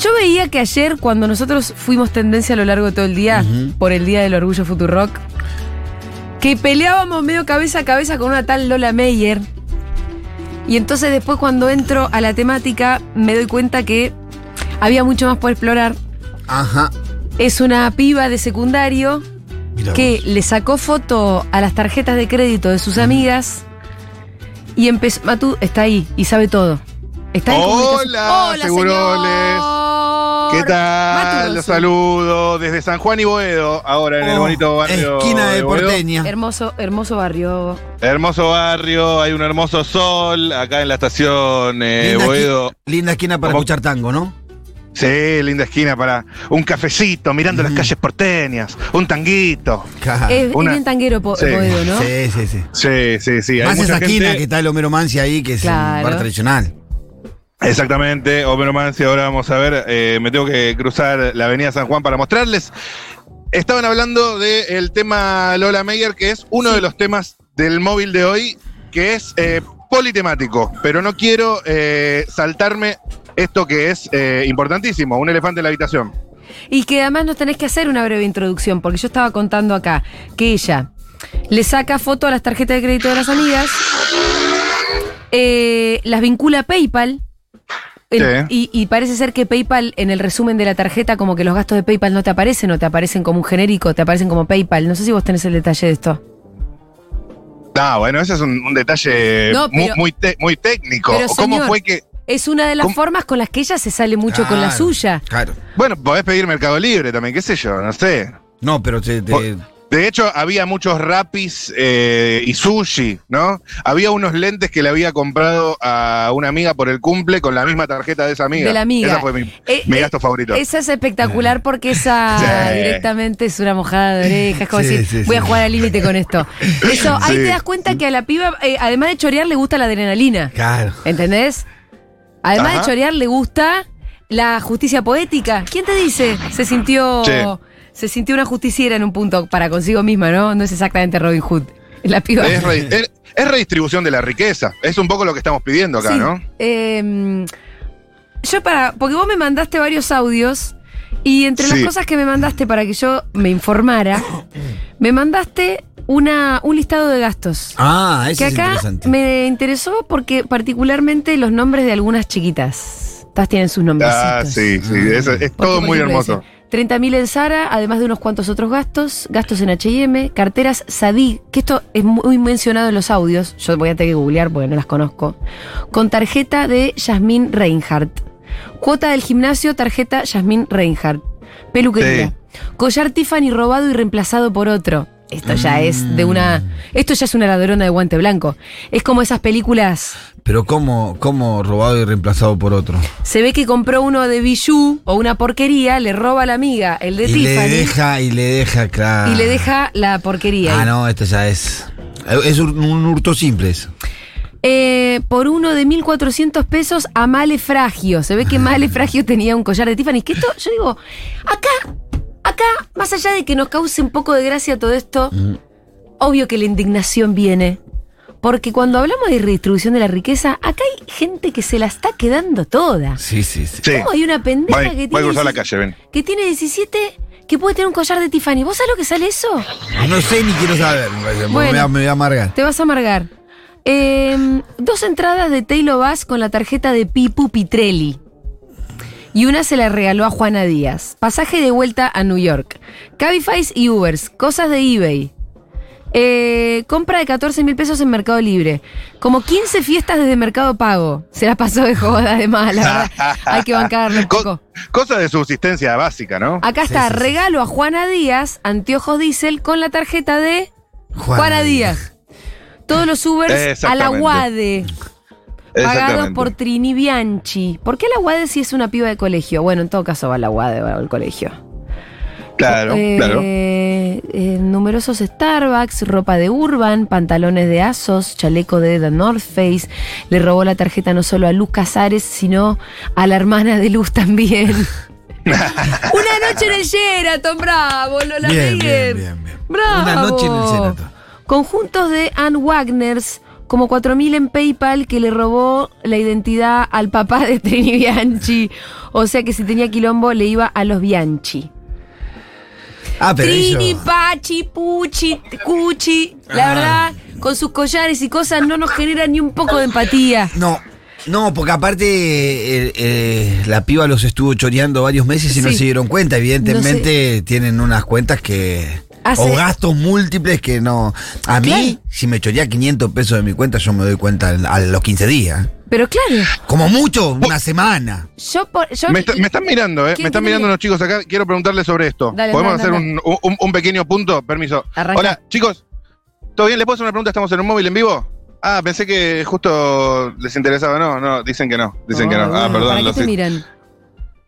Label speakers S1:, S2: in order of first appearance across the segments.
S1: Yo veía que ayer, cuando nosotros fuimos tendencia a lo largo de todo el día,
S2: Ujú.
S1: por el Día del Orgullo Futurock, que peleábamos medio cabeza a cabeza con una tal Lola Meyer. Y entonces después cuando entro a la temática, me doy cuenta que había mucho más por explorar.
S2: Ajá.
S1: Es una piba de secundario
S2: Mirá
S1: que
S2: vos.
S1: le sacó foto a las tarjetas de crédito de sus amigas y empezó. Matú está ahí y sabe todo. Está en comunicación.
S3: Hola,
S1: Hola,
S3: seguroles.
S1: señor.
S3: ¿Qué
S1: Matu
S3: tal?
S1: Grosso.
S3: Los saludo desde San Juan y Boedo, ahora en el
S2: Oh,
S3: bonito barrio.
S2: Esquina de
S3: Boedo.
S2: Porteña.
S1: Hermoso, hermoso barrio.
S3: Hermoso barrio, hay un hermoso sol acá en la estación eh,
S2: Linda, esqui-
S3: Boedo.
S2: linda esquina para
S3: Como-
S2: escuchar tango, ¿no?
S3: Sí, linda esquina para un cafecito mirando las calles porteñas, un tanguito.
S2: Claja.
S1: es, es
S3: Ah, una-
S1: bien tanguero po-
S3: Sí.
S1: Boedo, ¿no?
S2: Sí, sí, sí.
S3: Sí, sí, sí. hay
S2: Más
S3: mucha
S2: esa esquina
S3: gente-
S2: que está el Homero Mansi ahí, que es
S1: Claro.
S2: un bar tradicional.
S3: Exactamente, Homero Mansi, ahora vamos a ver, eh, me tengo que cruzar la avenida San Juan para mostrarles. Estaban hablando del tema Lola Meyer, que es uno de los temas del móvil de hoy, que es eh, politemático, pero no quiero eh, saltarme esto que es eh, importantísimo, un elefante en la habitación.
S1: Y que además nos tenés que hacer una breve introducción, porque yo estaba contando acá que ella le saca foto a las tarjetas de crédito de las amigas, eh, las vincula a PayPal. en- y, y parece ser que PayPal en el resumen de la tarjeta como que los gastos de PayPal no te aparecen o te aparecen como un genérico, te aparecen como PayPal. No sé si vos tenés el detalle de esto.
S3: Ah, bueno, ese es un, un detalle
S1: No,
S3: mu-
S1: pero-
S3: muy, te- muy técnico.
S1: Pero,
S3: ¿Cómo
S1: señor.
S3: fue que...?
S1: Es una de las
S3: ¿Cómo?
S1: formas con las que ella se sale mucho con la
S2: Claro,
S1: suya.
S2: Claro.
S3: Bueno, podés pedir Mercado Libre también, qué sé yo, no sé.
S2: No, pero te- te-
S3: Por- De hecho, había muchos rapis eh, y sushi, ¿no? Había unos lentes que le había comprado a una amiga por el cumple con la misma tarjeta de esa amiga.
S1: De la amiga.
S3: Esa fue mi,
S1: Eh,
S3: mi
S1: eh,
S3: gasto favorito.
S1: Esa es espectacular porque esa
S3: Sí.
S1: directamente es una mojada de orejas, como
S2: Sí,
S1: decir,
S2: sí,
S1: voy a
S2: sí.
S1: jugar al límite con esto. Eso, ahí
S3: Sí.
S1: te das cuenta que a la piba, eh, además de chorear, le gusta la adrenalina.
S2: claro.
S1: ¿Entendés? Además de
S3: Ajá.
S1: chorear, le gusta la justicia poética. ¿Quién te dice? Se sintió.
S3: Sí.
S1: Se sintió una justiciera en un punto para consigo misma, ¿no? No es exactamente Robin Hood. La piba.
S3: Es, re- es- es redistribución de la riqueza. Es un poco lo que estamos pidiendo acá,
S1: Sí.
S3: ¿no?
S1: Eh, yo para. Porque vos me mandaste varios audios. Y entre las
S3: Sí.
S1: cosas que me mandaste para que yo me informara, me mandaste una, un listado de gastos.
S2: Ah, eso
S1: que
S2: es
S1: acá
S2: interesante.
S1: me interesó porque particularmente los nombres de algunas chiquitas. Todas tienen sus nombres.
S3: Ah, sí, sí. Es, es todo muy hermoso.
S1: 30.000 en Sara, además de unos cuantos otros gastos, gastos en H&M, carteras Sadig, que esto es muy mencionado en los audios, yo voy a tener que googlear porque no las conozco, con tarjeta de Yasmín Reinhardt. Cuota del gimnasio, tarjeta Yasmín Reinhardt. Peluquería.
S3: Sí.
S1: Collar Tiffany robado y reemplazado por otro. Esto ya es de una...
S3: Mm.
S1: Esto ya es una ladrona de guante blanco. Es como esas películas...
S2: Pero ¿cómo, cómo robado y reemplazado por otro.
S1: Se ve que compró uno de Bijou o una porquería, le roba a la amiga el de
S2: y
S1: Tiffany.
S2: le deja, y le deja,
S3: Ah.
S2: claro.
S1: Y le deja la porquería.
S2: Ah,
S1: ahí.
S2: no, esto ya es. Es un, un hurto simple. eso.
S1: Eh, por uno de 1.400 pesos a Male Fragio. Se ve
S3: Ah.
S1: que Male Fragio tenía un collar de Tiffany. Que esto, yo digo, acá, acá, más allá de que nos cause un poco de gracia todo esto,
S3: Mm.
S1: obvio que la indignación viene. Porque cuando hablamos de redistribución de la riqueza, acá hay gente que se la está quedando toda.
S2: Sí, sí, sí.
S3: Sí.
S1: ¿Cómo hay una pendeja
S3: Voy,
S1: que
S3: voy
S1: tiene.
S3: a cruzar la calle,
S1: 17
S3: ven.
S1: Que tiene 17, que puede tener un collar de Tiffany. ¿Vos sabés lo que sale eso?
S2: No sé ni quiero saber. me parece. Me
S1: Bueno.
S2: voy a- me voy a amargar.
S1: Te vas a amargar. Eh, dos entradas de Taylor Bass con la tarjeta de Pipu Pitrelli. Y una se la regaló a Juana Díaz. Pasaje de vuelta a New York. Cabify y Ubers. Cosas de eBay. Eh, compra de 14 mil pesos en Mercado Libre. Como 15 fiestas desde Mercado Pago. Se la pasó de joda, además, la verdad. Hay que bancarlo un
S3: Co-
S1: poco.
S3: cosa de subsistencia básica, ¿no?
S1: Acá
S2: Sí,
S1: está,
S2: sí, sí.
S1: regalo a Juana Díaz, anteojos diésel con la tarjeta de Juana Díaz. Todos los Ubers a la
S3: Exactamente.
S1: UADE, pagados
S3: Exactamente.
S1: por Trini Bianchi. ¿Por qué la UADE si es una piba de colegio? Bueno, en todo caso va a la UADE, va al colegio.
S3: Claro,
S1: Eh,
S3: claro.
S1: eh, numerosos Starbucks, ropa de Urban, pantalones de Asos, chaleco de The North Face. Le robó la tarjeta no solo a Luz Casares, sino a la hermana de Luz también. una noche en el Sheraton, bravo, Lola
S2: Bien, bien,
S1: Meyer.
S2: bien, bien.
S1: Bravo.
S2: Una noche en el Sheraton.
S1: Conjuntos de Ann Wagners, como 4.000 en PayPal que le robó la identidad al papá de Trini Bianchi. O sea que si tenía quilombo le iba a los Bianchi.
S2: Ah, pero
S1: Trini,
S2: eso.
S1: Pachi, Puchi, Cuchi. La
S3: Ah.
S1: verdad, con sus collares y cosas no nos genera ni un poco de empatía.
S2: No. No, porque aparte eh, eh, la piba los estuvo choreando varios meses y no
S1: Sí.
S2: se dieron cuenta. Evidentemente tienen unas cuentas que...
S1: Hace-
S2: O gastos múltiples que no... A mí, si me chorea 500 pesos de mi cuenta, yo me doy cuenta a los 15 días.
S1: Pero claro,
S2: Como mucho, una semana.
S1: yo por. yo-
S3: Me, está- me están mirando, ¿eh?
S1: ¿Quién
S3: Me están
S1: tiene
S3: mirando
S1: que-
S3: unos chicos acá. Quiero preguntarles sobre esto.
S1: Dale,
S3: ¿Podemos
S1: anda,
S3: hacer
S1: anda.
S3: un, un- un pequeño punto? Permiso.
S1: Arranca.
S3: Hola, chicos. ¿Todo bien? ¿Les puedo hacer una pregunta? ¿Estamos en un móvil en vivo? Ah, pensé que justo les interesaba. No, no, dicen que no. Dicen que no.
S1: Ay,
S3: Ah,
S1: bueno,
S3: perdón.
S1: ¿Para qué
S3: Los,
S1: te miran?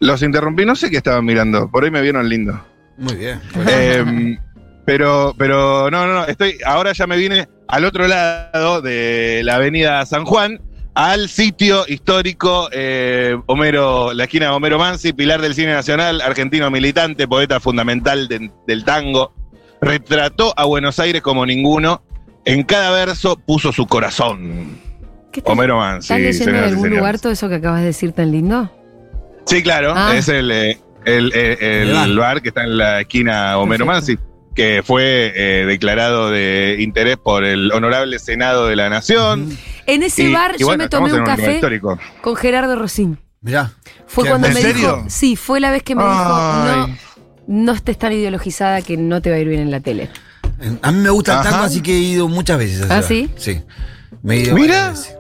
S3: los interrumpí. No sé qué estaban mirando. Por ahí me vieron lindo.
S2: Muy bien.
S3: Em, pero, pero no, no, no, estoy, ahora ya me vine al otro lado de la avenida San Juan, al sitio histórico eh, Homero, la esquina de Homero Mansi, pilar del cine nacional, argentino militante, poeta fundamental de- del tango. Retrató a Buenos Aires como ninguno. En cada verso puso su corazón.
S1: ¿Qué estás-
S3: Homero Mansi.
S1: ¿Estás leyendo en
S3: señoras y
S1: algún
S3: señores.
S1: lugar todo eso que acabas de decir tan lindo?
S3: Sí, claro,
S1: Ah.
S3: es el, eh, el, eh, el
S2: El bar.
S3: bar que está en la esquina Homero Mansi,
S1: Perfecto.
S3: que fue eh, declarado de interés por el Honorable Senado de la Nación.
S1: En ese
S3: Y-
S1: bar
S3: y
S1: yo
S3: bueno,
S1: me
S3: estamos
S1: tomé
S3: en
S1: un
S3: lugar
S1: café
S3: histórico.
S1: con Gerardo Rosín.
S2: Mirá.
S1: Fue
S2: ¿Qué?
S1: cuando
S2: ¿En
S1: me
S2: serio?
S1: dijo. Sí, fue la vez que me
S3: Ay.
S1: dijo, no, no estés tan ideologizada que no te va a ir bien en la tele.
S2: A mí me gusta
S3: Ajá.
S2: el tango, así que he ido muchas veces. a
S1: ¿Ah,
S2: ese
S1: sí?
S2: bar. Sí. Me he ido
S3: Mira.
S2: varias veces.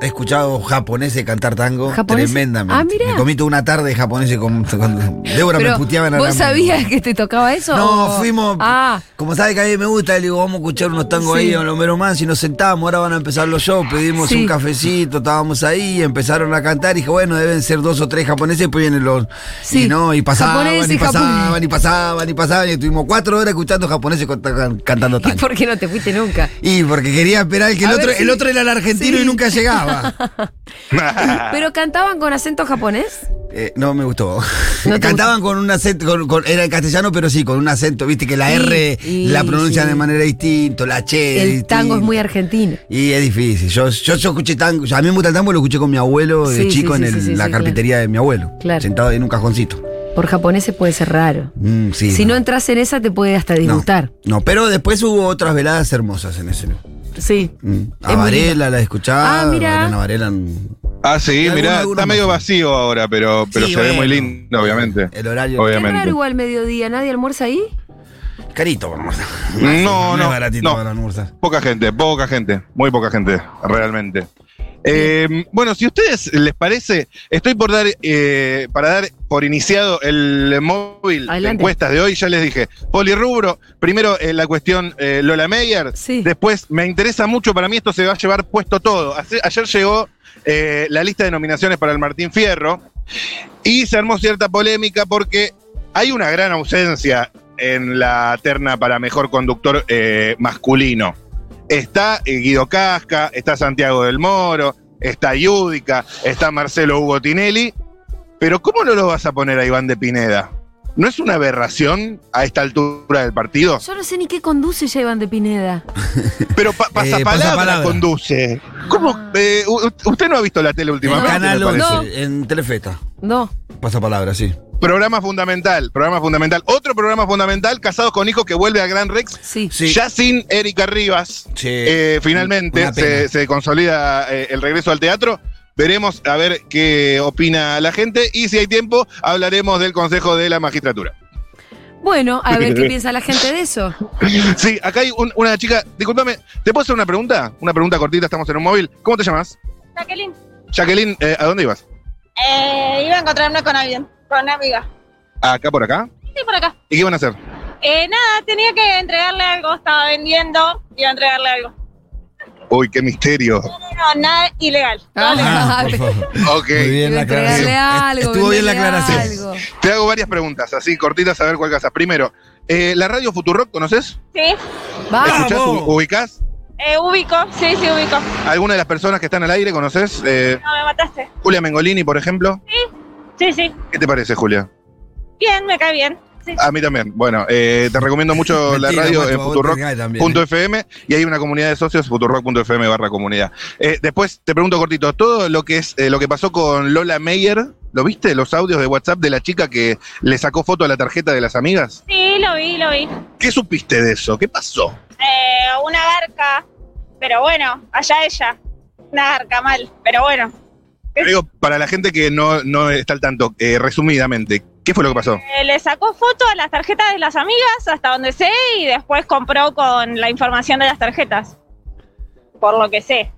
S2: He escuchado japoneses cantar tango
S1: ¿Japoneses?
S2: tremendamente.
S1: Ah, mirá.
S2: Me comí toda una tarde japoneses con, con- Débora me
S1: Pero,
S2: puteaba en la
S1: ¿Vos
S2: rama.
S1: sabías que te tocaba eso?
S2: No,
S1: o-
S2: fuimos.
S1: Ah,
S2: Como sabe que a mí me gusta, le digo, vamos a escuchar unos tangos
S1: Sí.
S2: ahí en Homero Mansi, nos sentamos, ahora van a empezar los shows, pedimos
S1: Sí.
S2: un cafecito, estábamos ahí, empezaron a cantar, y dije, bueno, deben ser dos o tres japoneses, pues vienen los...
S1: Sí.
S2: Y no, y pasaban,
S1: Japoneses,
S2: y pasaban,
S1: japoneses.
S2: y pasaban, y pasaban, y estuvimos cuatro horas escuchando japoneses con- can- cantando
S1: ¿y
S2: tango.
S1: por qué no te fuiste nunca?
S2: Y porque quería esperar que
S1: A
S2: el
S1: ver
S2: otro,
S1: si-
S2: el otro era el argentino
S1: Sí.
S2: y nunca llegaba.
S1: ¿Pero cantaban con acento japonés?
S2: Eh, no me gustó.
S1: ¿No te
S2: Cantaban con un acento, con- con- era en castellano, pero sí, con un acento, viste que la
S1: Sí,
S2: R
S1: y-
S2: la pronuncian
S1: sí.
S2: de manera distinta, la Che.
S1: El
S2: distinta.
S1: tango es muy argentino.
S2: Y es difícil. Yo, yo, yo escuché tango, a mí me gusta el tango, lo escuché con mi abuelo de
S1: Sí,
S2: chico
S1: sí,
S2: en
S1: sí,
S2: el-
S1: sí, sí,
S2: la
S1: sí,
S2: carpintería de mi abuelo.
S1: Claro.
S2: Sentado en un cajoncito.
S1: Por japoneses puede ser raro.
S2: Mm, sí,
S1: Si no entras en esa te puede hasta
S2: no.
S1: disgustar.
S2: No, pero después hubo otras veladas hermosas en ese.
S1: Sí.
S2: Mm. A
S1: Es muy
S2: Varela la escuchaba.
S1: Ah, mirá.
S2: Mariana Varela. mm.
S3: Ah, sí,
S2: Alguno,
S3: mirá,
S2: alguno
S3: está medio
S2: más.
S3: vacío ahora, pero, pero
S2: Sí,
S3: se ve muy
S2: bueno.
S3: lindo, obviamente.
S2: El horario.
S1: Qué raro
S3: Obviamente.
S1: igual mediodía, ¿nadie almuerza ahí?
S2: Carito, vamos.
S3: No,
S2: Es
S3: no,
S2: baratito
S3: no.
S2: para almorzar.
S3: Poca gente, poca gente, muy poca gente, realmente. Eh, bueno, si a ustedes les parece, estoy por dar, eh, para dar por iniciado el móvil de
S1: Adelante.
S3: encuestas de hoy, ya les dije, polirrubro, primero eh, la cuestión eh, Lola Meyer,
S1: Sí.
S3: después me interesa mucho, para mí esto se va a llevar puesto todo. Hace- ayer llegó eh, la lista de nominaciones para el Martín Fierro y se armó cierta polémica porque hay una gran ausencia en la terna para mejor conductor eh, masculino. Está eh, Guido Casca, está Santiago del Moro, está Yúdica, está Marcelo Hugo Tinelli. Pero ¿cómo no lo vas a poner a Iván de Pineda? ¿No es una aberración a esta altura del partido?
S1: Yo no sé ni qué conduce ya Iván de Pineda.
S3: Pero pa- pasa,
S2: Eh,
S3: palabra
S2: pasapalabra.
S3: conduce. ¿Cómo? Eh, u- usted no ha visto la tele
S2: En
S3: últimamente.
S2: Canal
S3: me parece.
S2: 11, en Telefeta.
S1: No.
S2: Pasa palabra, sí.
S3: Programa fundamental, programa fundamental. Otro programa fundamental, Casados con Hijos, que vuelve a Gran Rex,
S1: Sí.
S2: Sí.
S3: ya sin Erika Rivas.
S2: Sí.
S3: Eh, finalmente
S2: Una pena.
S3: se, se consolida eh, el regreso al teatro. Veremos a ver qué opina la gente y si hay tiempo hablaremos del Consejo de la Magistratura.
S1: Bueno, a ver qué piensa la gente de eso.
S3: Sí, acá hay un- una chica, discúlpame, ¿te puedo hacer una pregunta? Una pregunta cortita, estamos en un móvil. ¿Cómo te llamas?
S4: Jacqueline,
S3: Jacqueline, eh, ¿a dónde ibas?
S4: eh, iba a encontrarme con alguien, con una amiga.
S3: ¿Acá por acá?
S4: Sí, por acá.
S3: ¿Y qué van a hacer?
S4: Eh, nada, tenía que entregarle algo, estaba vendiendo, iba a entregarle algo.
S3: Uy, qué misterio.
S4: No, no, nada ilegal. Todo
S1: Ah.
S4: legal.
S2: Ah, por favor.
S3: Ok,
S2: Muy bien la aclaración.
S1: Entregarle algo.
S2: Estuvo bien la
S1: venderle
S2: aclaración.
S1: algo.
S3: te hago varias preguntas, así cortitas, a ver cuál casa. Primero, eh, ¿la radio Futurock conoces?
S4: Sí,
S2: Ah,
S1: Va.
S3: ¿Escuchás?
S2: Vamos.
S3: u- ¿Ubicás?
S4: eh, ubico, sí, sí, ubico.
S3: ¿Alguna de las personas que están al aire conoces? Eh,
S4: No, me mataste.
S3: Julia Mengolini, por ejemplo.
S4: Sí, sí.
S3: ¿Qué te parece, Julia?
S4: Bien, me cae bien. Sí.
S3: A mí también. Bueno, eh, te recomiendo mucho la
S2: Mentira,
S3: radio
S2: macho,
S3: en
S2: vos terminás también, eh.
S3: futurock.fm y hay una comunidad de socios, futurock.fm barra comunidad. Eh, después te pregunto cortito, todo lo que es eh, lo que pasó con Lola Meyer, ¿lo viste? Los audios de WhatsApp de la chica que le sacó foto a la tarjeta de las amigas.
S4: Sí, lo vi, lo vi.
S3: ¿Qué supiste de eso? ¿Qué pasó?
S4: Eh, una garca, pero bueno, allá ella. Una garca mal, pero bueno.
S3: Te Digo, para la gente que no, no está al tanto, eh, resumidamente, ¿qué fue lo que pasó?
S4: Eh, le sacó foto a las tarjetas de las amigas hasta donde sé y después compró con la información de las tarjetas. Por lo que sé.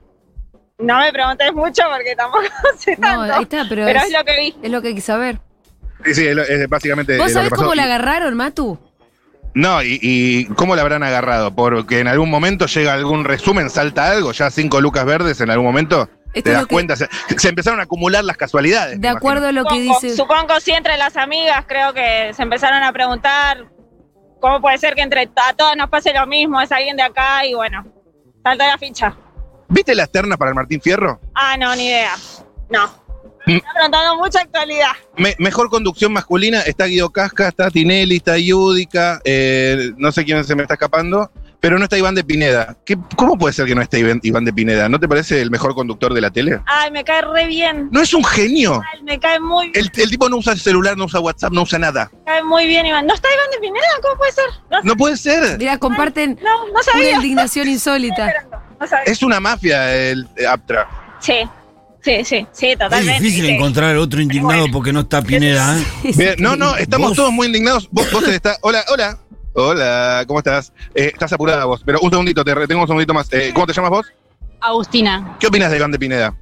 S4: No me preguntes mucho porque tampoco sé
S1: No,
S4: tanto.
S1: ahí está, pero,
S4: pero
S1: es,
S4: es lo que vi.
S1: es lo que hay que saber.
S3: Sí, sí, es, lo- es básicamente
S1: ¿Vos
S3: Eh, es lo que
S1: sabés
S3: pasó.
S1: cómo la agarraron, Matu?
S3: No, y, y cómo la habrán agarrado, porque en algún momento llega algún resumen, salta algo, ya cinco lucas verdes en algún momento,
S1: Esto
S3: te
S1: es
S3: das
S1: lo que-
S3: cuenta, se, se empezaron a acumular las casualidades.
S1: De
S3: me
S1: acuerdo a lo que
S4: Conco,
S1: dice.
S4: Supongo sí entre las amigas, creo que se empezaron a preguntar cómo puede ser que entre a todas nos pase lo mismo, es alguien de acá y bueno, salta la ficha.
S3: imagino. ¿Viste las ternas para el Martín Fierro?
S4: Ah, no, ni idea. No.
S3: Mm.
S4: Me Está preguntando mucha actualidad.
S3: Me- mejor conducción masculina, está Guido Casca, está Tinelli, está Iudica, eh, no sé quién se me está escapando, pero no está Iván de Pineda. ¿Qué- ¿Cómo puede ser que no esté Iván, Iván de Pineda? ¿No te parece el mejor conductor de la tele?
S4: Ay, me cae re bien.
S3: No es un genio.
S4: Ay, me cae muy bien,
S3: El, el tipo no usa celular, no usa WhatsApp, no usa nada.
S4: me cae muy bien, Iván. ¿No está Iván de Pineda? ¿Cómo puede ser? No,
S3: No puede ser.
S1: Mirá, comparten
S4: no, no
S1: una
S4: sabía.
S1: indignación insólita.
S4: No sabía.
S5: Eh.
S3: Es una mafia el eh, Aptra.
S4: Sí, sí, sí, sí,
S5: Es
S4: totalmente.
S5: difícil
S4: sí.
S5: encontrar otro indignado porque no está Pineda. ¿eh?
S3: Bien, no, no, estamos
S5: Vos.
S3: todos muy indignados. Vos, vos está. Hola, hola. Hola, ¿cómo estás? Eh, estás apurada vos, pero un segundito, te retengo un segundito más. Eh, ¿Cómo te llamas vos?
S6: Agustina,
S3: ¿Qué opinas de Iván de Pineda?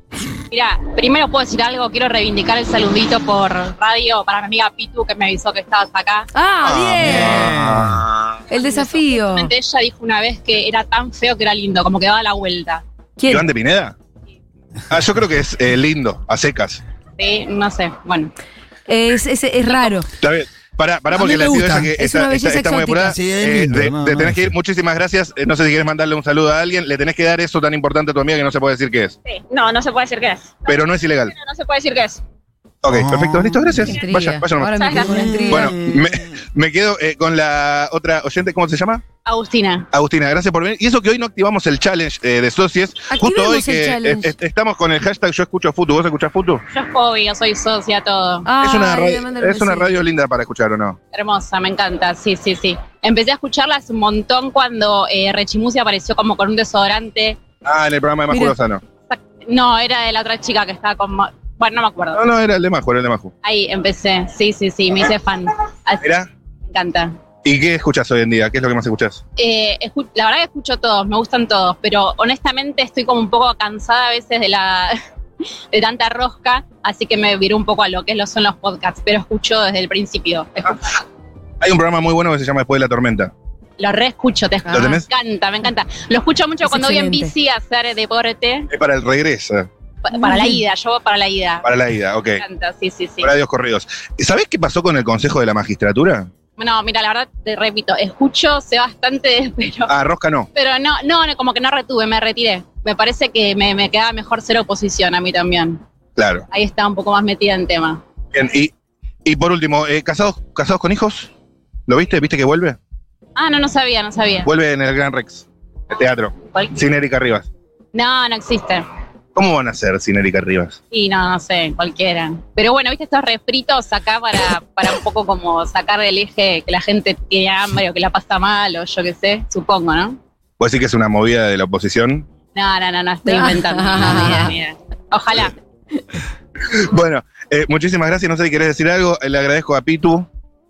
S6: mira, primero puedo decir algo, quiero reivindicar el saludito por radio para mi amiga Pitu que me avisó que estabas acá.
S1: ¡Ah,
S3: Ah,
S1: bien! El
S5: Oh.
S1: desafío.
S6: Justamente ella dijo una vez que era tan feo que era lindo, como que daba la vuelta.
S1: ¿Quién?
S3: ¿Iván de Pineda? Ah, yo creo que es eh, lindo, a secas.
S6: Sí, no sé, bueno.
S1: Es, es- es raro.
S3: Está bien. Pará, pará,
S5: A
S3: porque
S5: mí me
S3: la piba
S5: gusta.
S3: esa que
S1: Es una
S3: está,
S1: belleza
S3: está- está muy
S1: exótica.
S3: apurada.
S5: Sí, es
S3: eh,
S5: lindo,
S3: de-
S5: no,
S3: te
S5: no,
S3: tenés que ir.
S5: sí.
S3: Muchísimas gracias. Eh, no sé si quieres mandarle un saludo a alguien. Le tenés que dar eso tan importante a tu amiga que no se puede decir qué es.
S4: Sí. No, no se puede decir que es.
S3: Pero no es ilegal.
S4: No se puede decir que es.
S3: Ok,
S5: Ah,
S3: perfecto. Listo, gracias.
S1: Qué intriga.
S3: Vaya, vaya nomás.
S1: Ahora me quedo con la intriga.
S3: Bueno, me, me quedo eh, con la otra oyente, ¿cómo se llama?
S6: Agustina,
S3: Agustina, gracias por venir. Y eso que hoy no activamos el challenge eh, de socios. Justo
S1: Activemos
S3: hoy
S1: el
S3: que
S1: challenge.
S3: eh, eh, estamos con el hashtag Yo escucho Futu. ¿Vos escuchás Futu?
S6: yo es obvio, soy socia, todo.
S1: Ah,
S3: es una,
S1: le
S3: radio,
S1: mandaron
S3: es una
S1: mensaje.
S3: radio linda para escuchar, ¿o no?
S6: Hermosa, me encanta, sí, sí, sí. Empecé a escucharla hace un montón cuando eh, Rechimusi apareció como con un desodorante.
S3: Ah, en el programa de Maju
S1: Mira.
S3: Lozano.
S6: No, era de la otra chica que estaba con... Ma- Bueno, no me acuerdo.
S3: No, no, era el de Maju, era el de Maju.
S6: Ahí empecé, sí, sí, sí, me hice fan. Así,
S3: Mirá.
S6: me encanta.
S3: ¿Y qué escuchás hoy en día? ¿Qué es lo que más escuchás?
S6: Eh, escu- la verdad que escucho todos, me gustan todos, pero honestamente estoy como un poco cansada a veces de la de tanta rosca, así que me viré un poco a lo que lo son los podcasts, pero escucho desde el principio. Escu-
S3: Hay un programa muy bueno que se llama Después de la Tormenta.
S6: Lo reescucho, te
S1: ¿Lo
S3: Ah. tenés?
S6: me encanta, me encanta. Lo escucho mucho
S1: Es
S6: cuando voy en
S1: excelente.
S6: bici a hacer deporte,
S3: Es para el regreso,
S6: pa- para la
S1: bien.
S6: ida, yo voy para la ida.
S3: para la ida, ok.
S6: Me encanta, sí, sí, sí.
S3: Horarios corridos. ¿Sabés qué pasó con el Consejo de la Magistratura?
S6: No, mira, la verdad te repito, escucho, sé bastante, pero
S3: Ah, Rosca no.
S6: Pero no, no, no, como que no retuve, me retiré. Me parece que me, me quedaba mejor ser oposición a mí también.
S3: Claro.
S6: Ahí estaba un poco más metida en tema.
S3: Bien, y, y por último, eh, ¿casados, ¿casados con hijos? ¿Lo viste? ¿Viste que vuelve?
S6: Ah, no, no sabía, no sabía.
S3: Vuelve en el Gran Rex, el teatro,
S6: ¿Cuál?
S3: sin Erika Rivas.
S6: No, no existe.
S3: ¿Cómo van a ser sin Erika Rivas?
S6: Sí, no, no sé, cualquiera. Pero bueno, viste estos refritos acá para, para un poco como sacar del eje que la gente tiene hambre o que la pasa mal o yo qué sé, supongo, ¿no?
S3: ¿Puedes decir que es una movida de la oposición?
S6: No, no, no, no, estoy inventando. No, ni idea, ni idea. Ojalá.
S3: Bueno, eh, muchísimas gracias. No sé si querés decir algo. Eh, Le agradezco a Pitu.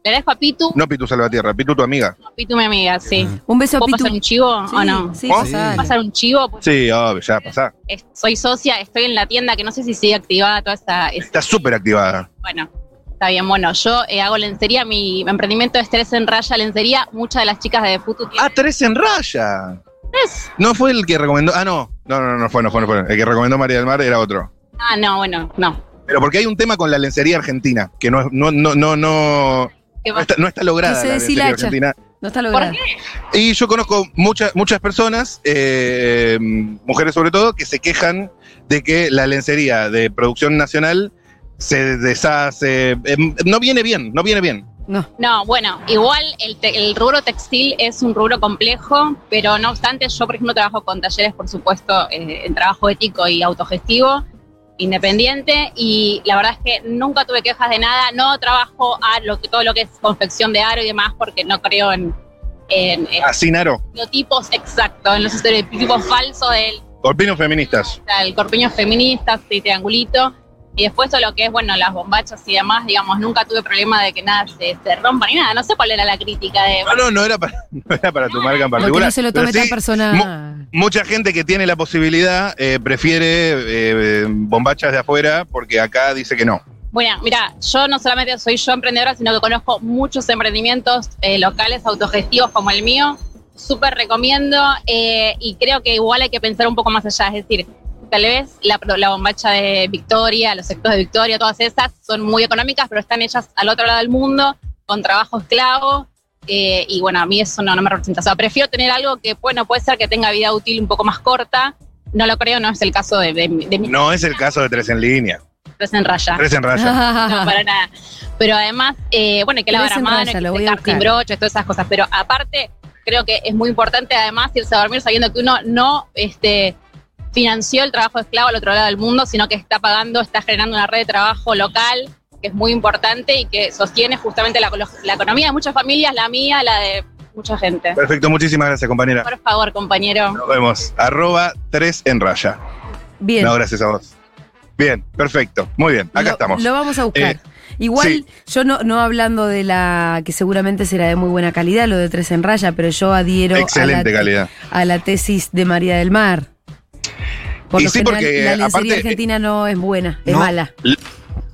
S6: Le agradezco a Pitu,
S3: No Pitu Salvatierra, Pitu tu amiga.
S6: Pitu mi amiga, sí.
S1: Un beso a
S6: ¿Puedo
S1: Pitu.
S6: pasar un chivo
S4: Ah,
S1: Sí,
S6: o no?
S1: Sí,
S3: ¿Vos?
S1: pasale.
S6: ¿Pasar un chivo?
S3: Sí, obvio, ya pasá.
S6: Es- soy socia, estoy en la tienda que no sé si sigue activada toda esa. es-
S3: Está súper activada.
S6: bueno, está bien. Bueno, yo eh, hago lencería, mi emprendimiento es Tres en Raya Lencería. Muchas de las chicas de Futu tienen
S3: Ah, tres en raya.
S6: tres.
S3: No fue el que recomendó. Ah, no. No, no, no fue, no fue, no fue. El que recomendó María del Mar era otro.
S6: Ah, no, bueno, no.
S3: Pero porque hay un tema con la lencería argentina, que no es- no, no, no, no,
S6: ¿Qué
S3: no
S6: va?
S3: está, no está lograda
S1: No se
S3: la lencería
S1: deshilacha.
S3: argentina.
S1: No está logrado.
S6: ¿Por
S3: Y yo conozco muchas, muchas personas, eh, mujeres sobre todo, que se quejan de que la lencería de producción nacional se deshace. eh, no em, viene bien, no viene bien.
S1: No.
S6: No, bueno, igual el, te- el rubro textil es un rubro complejo, pero no obstante, yo por ejemplo trabajo con talleres, por supuesto, eh, en trabajo ético y autogestivo, independiente, y la verdad es que nunca tuve quejas de nada, no trabajo a lo que, todo lo que es confección de aro y demás, porque no creo en, en
S3: Ah. Asinaro,
S6: estereotipos exactos, en los estereotipos falsos del
S3: corpinos feministas.
S6: está el corpiño feminista, sí, triangulito. Y después todo lo que es, bueno, las bombachas y demás, digamos, nunca tuve problema de que nada se, se rompa ni nada. No sé cuál era la crítica de.
S3: Ah, No, no, no era para, no era para tu marca en
S1: Porque
S3: particular.
S1: no se lo
S3: pero
S1: tome
S3: sí,
S1: tan
S3: mu-
S1: personal.
S3: Mucha gente que tiene la posibilidad eh, prefiere eh, bombachas de afuera porque acá dice que no.
S6: Bueno, mira, yo no solamente soy yo emprendedora, sino que conozco muchos emprendimientos eh, locales autogestivos como el mío. Súper recomiendo eh, y creo que igual hay que pensar un poco más allá. Es decir, tal vez la, pro- la bombacha de Victoria, los sectores de Victoria, todas esas son muy económicas, pero están hechas al otro lado del mundo con trabajo esclavo. eh, y bueno, a mí eso no, no me representa. O sea, prefiero tener algo que, bueno, puede ser que tenga vida útil un poco más corta. No lo creo, no es el caso de, de, de mis
S3: No es el caso de Tres en Línea.
S6: tres en raya
S3: Tres en
S1: Ah.
S3: Raya.
S6: no, para nada. Pero además, eh, bueno, hay que
S1: Lo
S6: lavar a
S1: dicen
S6: mano,
S1: raya,
S6: hay que
S1: lo voy a
S6: secar sin
S1: buscar.
S6: broches, todas esas cosas. Pero aparte, creo que es muy importante además irse a dormir sabiendo que uno no este, financió el trabajo de esclavo al otro lado del mundo, sino que está pagando, está generando una red de trabajo local que es muy importante y que sostiene justamente la, la economía de muchas familias, la mía, la de mucha gente.
S3: Perfecto, muchísimas gracias, compañera.
S6: Por favor, compañero.
S3: Nos vemos. Arroba Tres en Raya.
S1: Bien.
S3: No, gracias a vos. Bien, perfecto. Muy bien, acá
S1: Lo-
S3: estamos.
S1: Lo vamos a buscar.
S3: Eh,
S1: Igual,
S3: sí.
S1: yo no, no hablando de la que seguramente será de muy buena calidad, lo de tres en raya, pero yo adhiero a,
S3: Excelente
S1: la,
S3: calidad.
S1: a la tesis de María del Mar. Por
S3: Y
S1: lo
S3: sí,
S1: general,
S3: porque,
S1: la lencería
S3: aparte,
S1: argentina no es buena, es
S5: no.
S1: mala.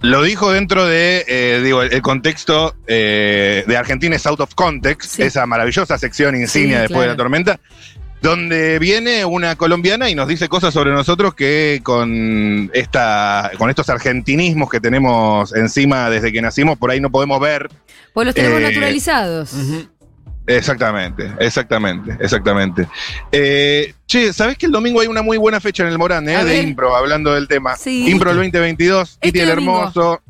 S3: Lo dijo dentro de, eh, digo, el el contexto eh, de Argentina es Out of Context,
S1: Sí.
S3: esa maravillosa sección insignia
S1: Sí,
S3: después de la
S1: claro.
S3: tormenta, donde viene una colombiana y nos dice cosas sobre nosotros que con, esta, con estos argentinismos que tenemos encima desde que nacimos, por ahí no podemos ver.
S1: Pues los tenemos
S3: Eh,
S1: naturalizados.
S5: Ujú.
S3: Exactamente, exactamente, exactamente. Eh, che, ¿sabés que el domingo hay una muy buena fecha en el Morán, eh,
S1: A
S3: de
S1: ver.
S3: impro, hablando del tema?
S1: Sí.
S3: Impro el 2022,
S1: Este
S3: Kitty el
S1: domingo.
S3: Hermoso,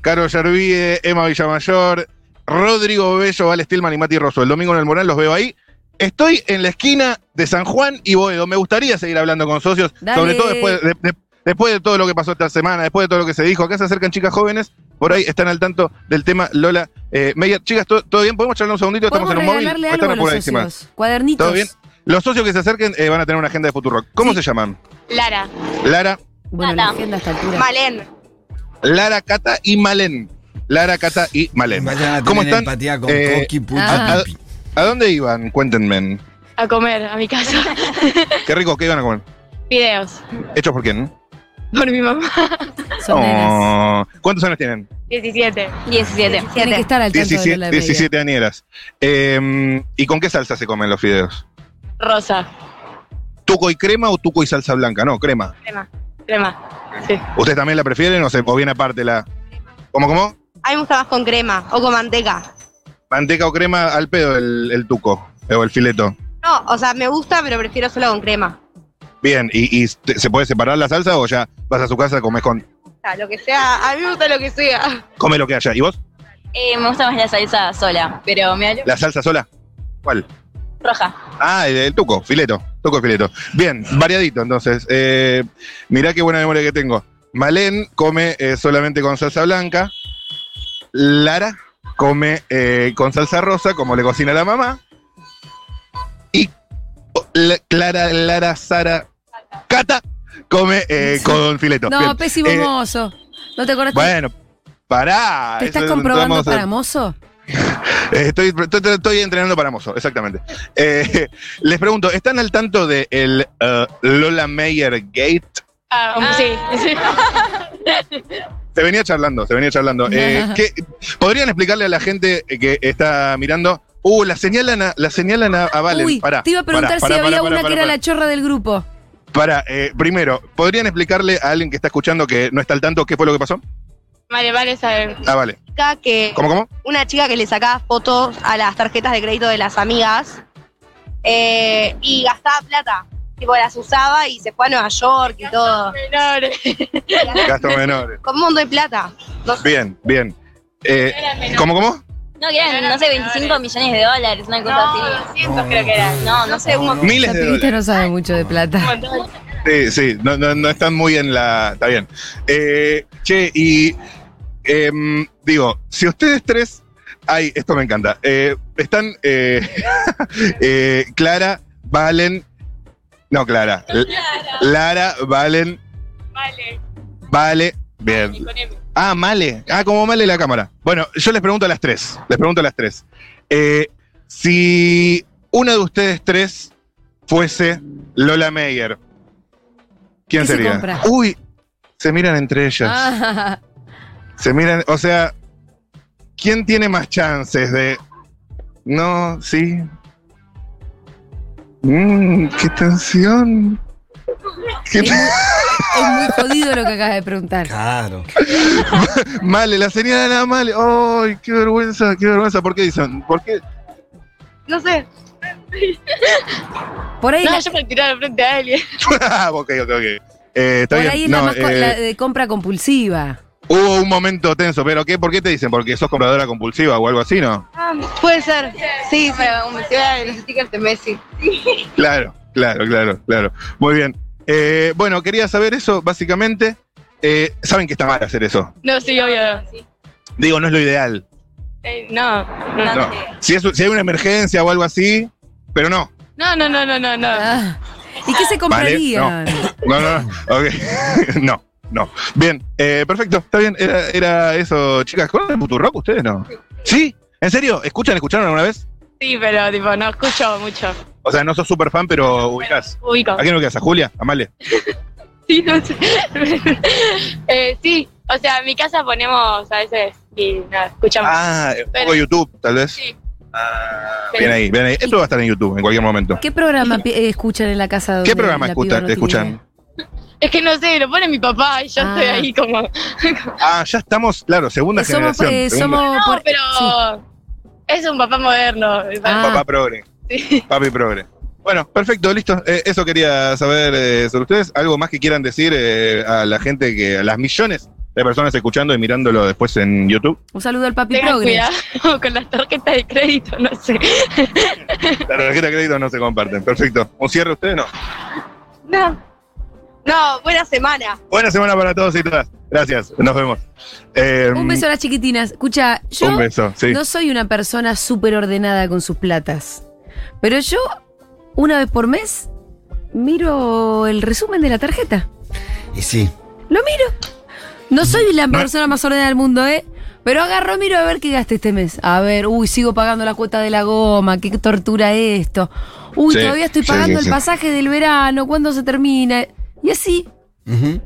S3: Caro Yarvide, Emma Villamayor, Rodrigo Bello, Val Stillman y Mati Rosso. El domingo en el Morán los veo ahí. Estoy en la esquina de San Juan y Boedo. Me gustaría seguir hablando con socios,
S1: Dale.
S3: sobre todo después de, de- después de todo lo que pasó esta semana, después de todo lo que se dijo. Acá se acercan chicas jóvenes, por ahí están al tanto del tema Lola eh, Meyer. Chicas, ¿todo, todo bien? ¿Podemos charlar un segundito? Estamos
S1: Podemos
S3: en un móvil.
S1: regalarle
S3: ¿O
S1: algo
S3: están
S1: a los
S3: apuradísimas?
S1: socios. Cuadernitos.
S3: ¿Todo bien? Los socios que se acerquen eh, van a tener una agenda de Futurock. ¿Cómo se llaman?
S6: Lara.
S3: Lara,
S1: Bueno, la
S6: Nada.
S1: agenda a esta altura.
S6: Malén.
S3: Lara, Cata y Malén. Lara, Cata y Malén.
S5: Vayan a tener
S3: ¿Cómo están?
S5: empatía con
S3: Eh,
S5: Coqui, Puchi,
S1: ah.
S5: Pipi.
S3: ¿A dónde iban? Cuéntenme.
S7: A comer, a mi casa.
S3: Qué rico, ¿qué iban a comer?
S7: Videos.
S3: ¿Hechos por quién?
S7: Por mi mamá.
S1: Son nenas.
S3: Oh, ¿Cuántos años tienen?
S7: 17.
S6: 17.
S1: Tienen que estar al tanto de
S3: 17,
S1: la
S3: 17 añeras. Eh, ¿Y con qué salsa se comen los fideos?
S7: Rosa.
S3: ¿Tuco y crema o tuco y salsa blanca? No, crema.
S7: Crema. Crema.
S3: ¿Ustedes también la prefieren o, se, o bien aparte la...? ¿Cómo, cómo?
S8: A mí me gusta más con crema o con manteca.
S3: ¿Manteca o crema al pedo el, el tuco eh, o el fileto?
S8: No, o sea, me gusta, pero prefiero solo con crema.
S3: Bien, ¿y, y te- se puede separar la salsa o ya vas a su casa, comes con...
S8: O sea, lo que sea, a mí me gusta lo que sea.
S3: Come lo que haya. ¿Y vos?
S6: Eh, me gusta más la salsa sola, pero me
S3: ¿La salsa sola? ¿Cuál?
S6: roja.
S3: Ah, el, el tuco, fileto, tuco y fileto. Bien, variadito entonces. Eh, mirá qué buena memoria que tengo. Malén come eh, solamente con salsa blanca. Lara come eh, con salsa rosa, como le cocina la mamá. Y oh, la- Clara, Lara, Sara, Cata come eh, con fileto.
S1: No,
S3: Bien.
S1: pésimo
S3: Eh,
S1: mozo. ¿No te acordaste?
S3: Bueno, pará.
S1: ¿Te
S3: eso
S1: estás
S3: es-
S1: comprobando
S3: vamos a-
S1: para mozo?
S3: eh, Estoy, estoy- estoy entrenando para mozo, exactamente. Eh, les pregunto, ¿están al tanto de el eh, Lola Meyer Gate?
S7: Ah, sí, sí.
S3: Se venía charlando, se venía charlando. Eh, ¿qué- ¿Podrían explicarle a la gente que está mirando? Uh, la señalan a, la señalan a, a Valen.
S1: Uy,
S3: Pará,
S1: te iba a preguntar
S3: pará, pará,
S1: si había
S3: pará,
S1: una
S3: pará,
S1: que era la chorra del grupo.
S3: pará. Pará, eh, primero, ¿podrían explicarle a alguien que está escuchando que no está al tanto qué fue lo que pasó?
S7: Vale, vale, saber.
S3: Ah, vale.
S8: Chica Que
S3: ¿Cómo, cómo?
S8: una chica que le sacaba fotos a las tarjetas de crédito de las amigas eh, y gastaba plata. Tipo, las usaba y se fue a Nueva York y todo.
S7: Menores.
S3: Gasto menores.
S8: Con un montón de plata.
S3: Bien, bien. Eh, ¿Cómo, cómo?
S9: No, que eran, no sé, 25 millones de dólares, una cosa así.
S7: 200 creo que era.
S9: No, no sé, un montón.
S3: Miles
S1: La
S3: de
S1: pibita
S3: dólares.
S1: no sabe mucho de plata.
S3: Sí, sí, no, no, no están muy en la. Está bien. Eh, che, y. em, digo, si ustedes tres. Ay, esto me encanta. Eh, están. eh, eh, Clara, Valen. No, Clara. L- Lara, Valen,
S7: Vale.
S3: Vale. Bien.
S7: Y con M.
S3: Ah, Male. Ah, como Male la cámara. Bueno, yo les pregunto a las tres. Les pregunto a las tres. Eh, si uno de ustedes tres fuese Lola Meyer, ¿quién
S1: ¿Qué se
S3: sería?
S1: compra?
S3: Uy, se miran entre ellas.
S1: Ah,
S3: Se miran, o sea, ¿quién tiene más chances de. No, sí. Mmm, qué tensión. ¿Qué
S1: es, muy, es muy jodido lo que acabas de preguntar.
S5: Claro.
S3: Male, la señora era Male. ¡Ay, qué vergüenza, qué vergüenza! ¿Por qué dicen? ¿Por qué?
S8: No sé.
S1: Por ahí,
S7: No,
S1: la-
S7: yo me tiraba al frente a alguien.
S3: Ah, ok, ok, ok. Eh, está
S1: por
S3: bien.
S1: ahí es la,
S3: No,
S1: más co-
S3: eh,
S1: la de compra compulsiva.
S3: Hubo un momento tenso, pero ¿qué? ¿Por qué te dicen? ¿Porque sos compradora compulsiva o algo así, no?
S8: Ah, puede ser. Sí, sí. los stickers de Messi.
S3: Claro, claro, claro, claro. Muy bien. Eh, bueno, quería saber eso, básicamente. Eh, Saben que está mal hacer eso.
S7: No, sí, obvio.
S3: Digo, no es lo ideal.
S7: Eh, no, no,
S3: No. Si, es- si hay una emergencia o algo así, pero no.
S7: no, no, no, no, no, no.
S1: Ah. ¿Y qué se comprarían?
S3: No, no, no. Ok. no, no. Bien, eh, perfecto. Está bien. Era, era eso, chicas. ¿Conocen Futurock ustedes, no? ¿Sí? ¿En serio? ¿Escuchan? ¿Escucharon alguna vez?
S7: Sí, pero tipo, no escucho mucho.
S3: O sea, no sos súper fan, pero ubicás.
S7: Ubico.
S3: ¿A quién ubicás? ¿A Julia? ¿A Male?
S7: Sí, no sé. eh, sí, o sea, en mi casa ponemos a veces y nada, escuchamos.
S3: Ah, un poco
S7: Pero-
S3: de YouTube, tal vez.
S7: Sí.
S3: Ah, bien ahí, bien ahí. Esto va a estar en YouTube en cualquier momento.
S1: ¿Qué programa pi- eh, escuchan en la casa?
S3: ¿Qué
S1: donde
S3: programa
S1: la
S3: escucha-
S1: piba no tiene
S3: escuchan?
S1: idea?
S7: Es que no sé, lo pone mi papá y yo
S1: Ah.
S7: estoy ahí como.
S3: Ah, ya estamos, claro, segunda
S1: Eh, somos
S3: generación.
S1: eh,
S3: segunda-
S1: somos
S7: No,
S1: por-
S7: pero
S1: sí.
S7: es un papá moderno. mi papá.
S1: Ah.
S3: Papá progre.
S7: Sí.
S3: Papi progre. Bueno, perfecto, listo. Eh, eso quería saber eh, sobre ustedes. ¿Algo más que quieran decir eh, a la gente, que a las millones de personas escuchando y mirándolo después en YouTube?
S1: Un saludo al papi
S7: Tengan
S1: Progre.
S7: cuidado con las tarjetas de crédito, no sé.
S3: La tarjeta de crédito no se comparten. Perfecto. ¿Un cierre ustedes? No.
S8: No. No, buena semana.
S3: Buena semana para todos y todas. Gracias. Nos vemos. Eh,
S1: Un beso a las chiquitinas. Escucha, yo
S3: Un beso, sí.
S1: no soy una persona súper ordenada con sus platas. Pero yo, una vez por mes, miro el resumen de la tarjeta.
S2: Y sí.
S1: Lo miro. No soy la
S3: No.
S1: persona más ordenada del mundo, ¿eh? Pero agarro, miro a ver qué gasté este mes. A ver, uy, sigo pagando la cuota de la goma, qué tortura esto. Uy,
S3: Sí,
S1: todavía estoy
S3: sí,
S1: pagando
S3: sí, sí.
S1: el pasaje del verano, ¿cuándo se termina? Y así.
S5: Ujú.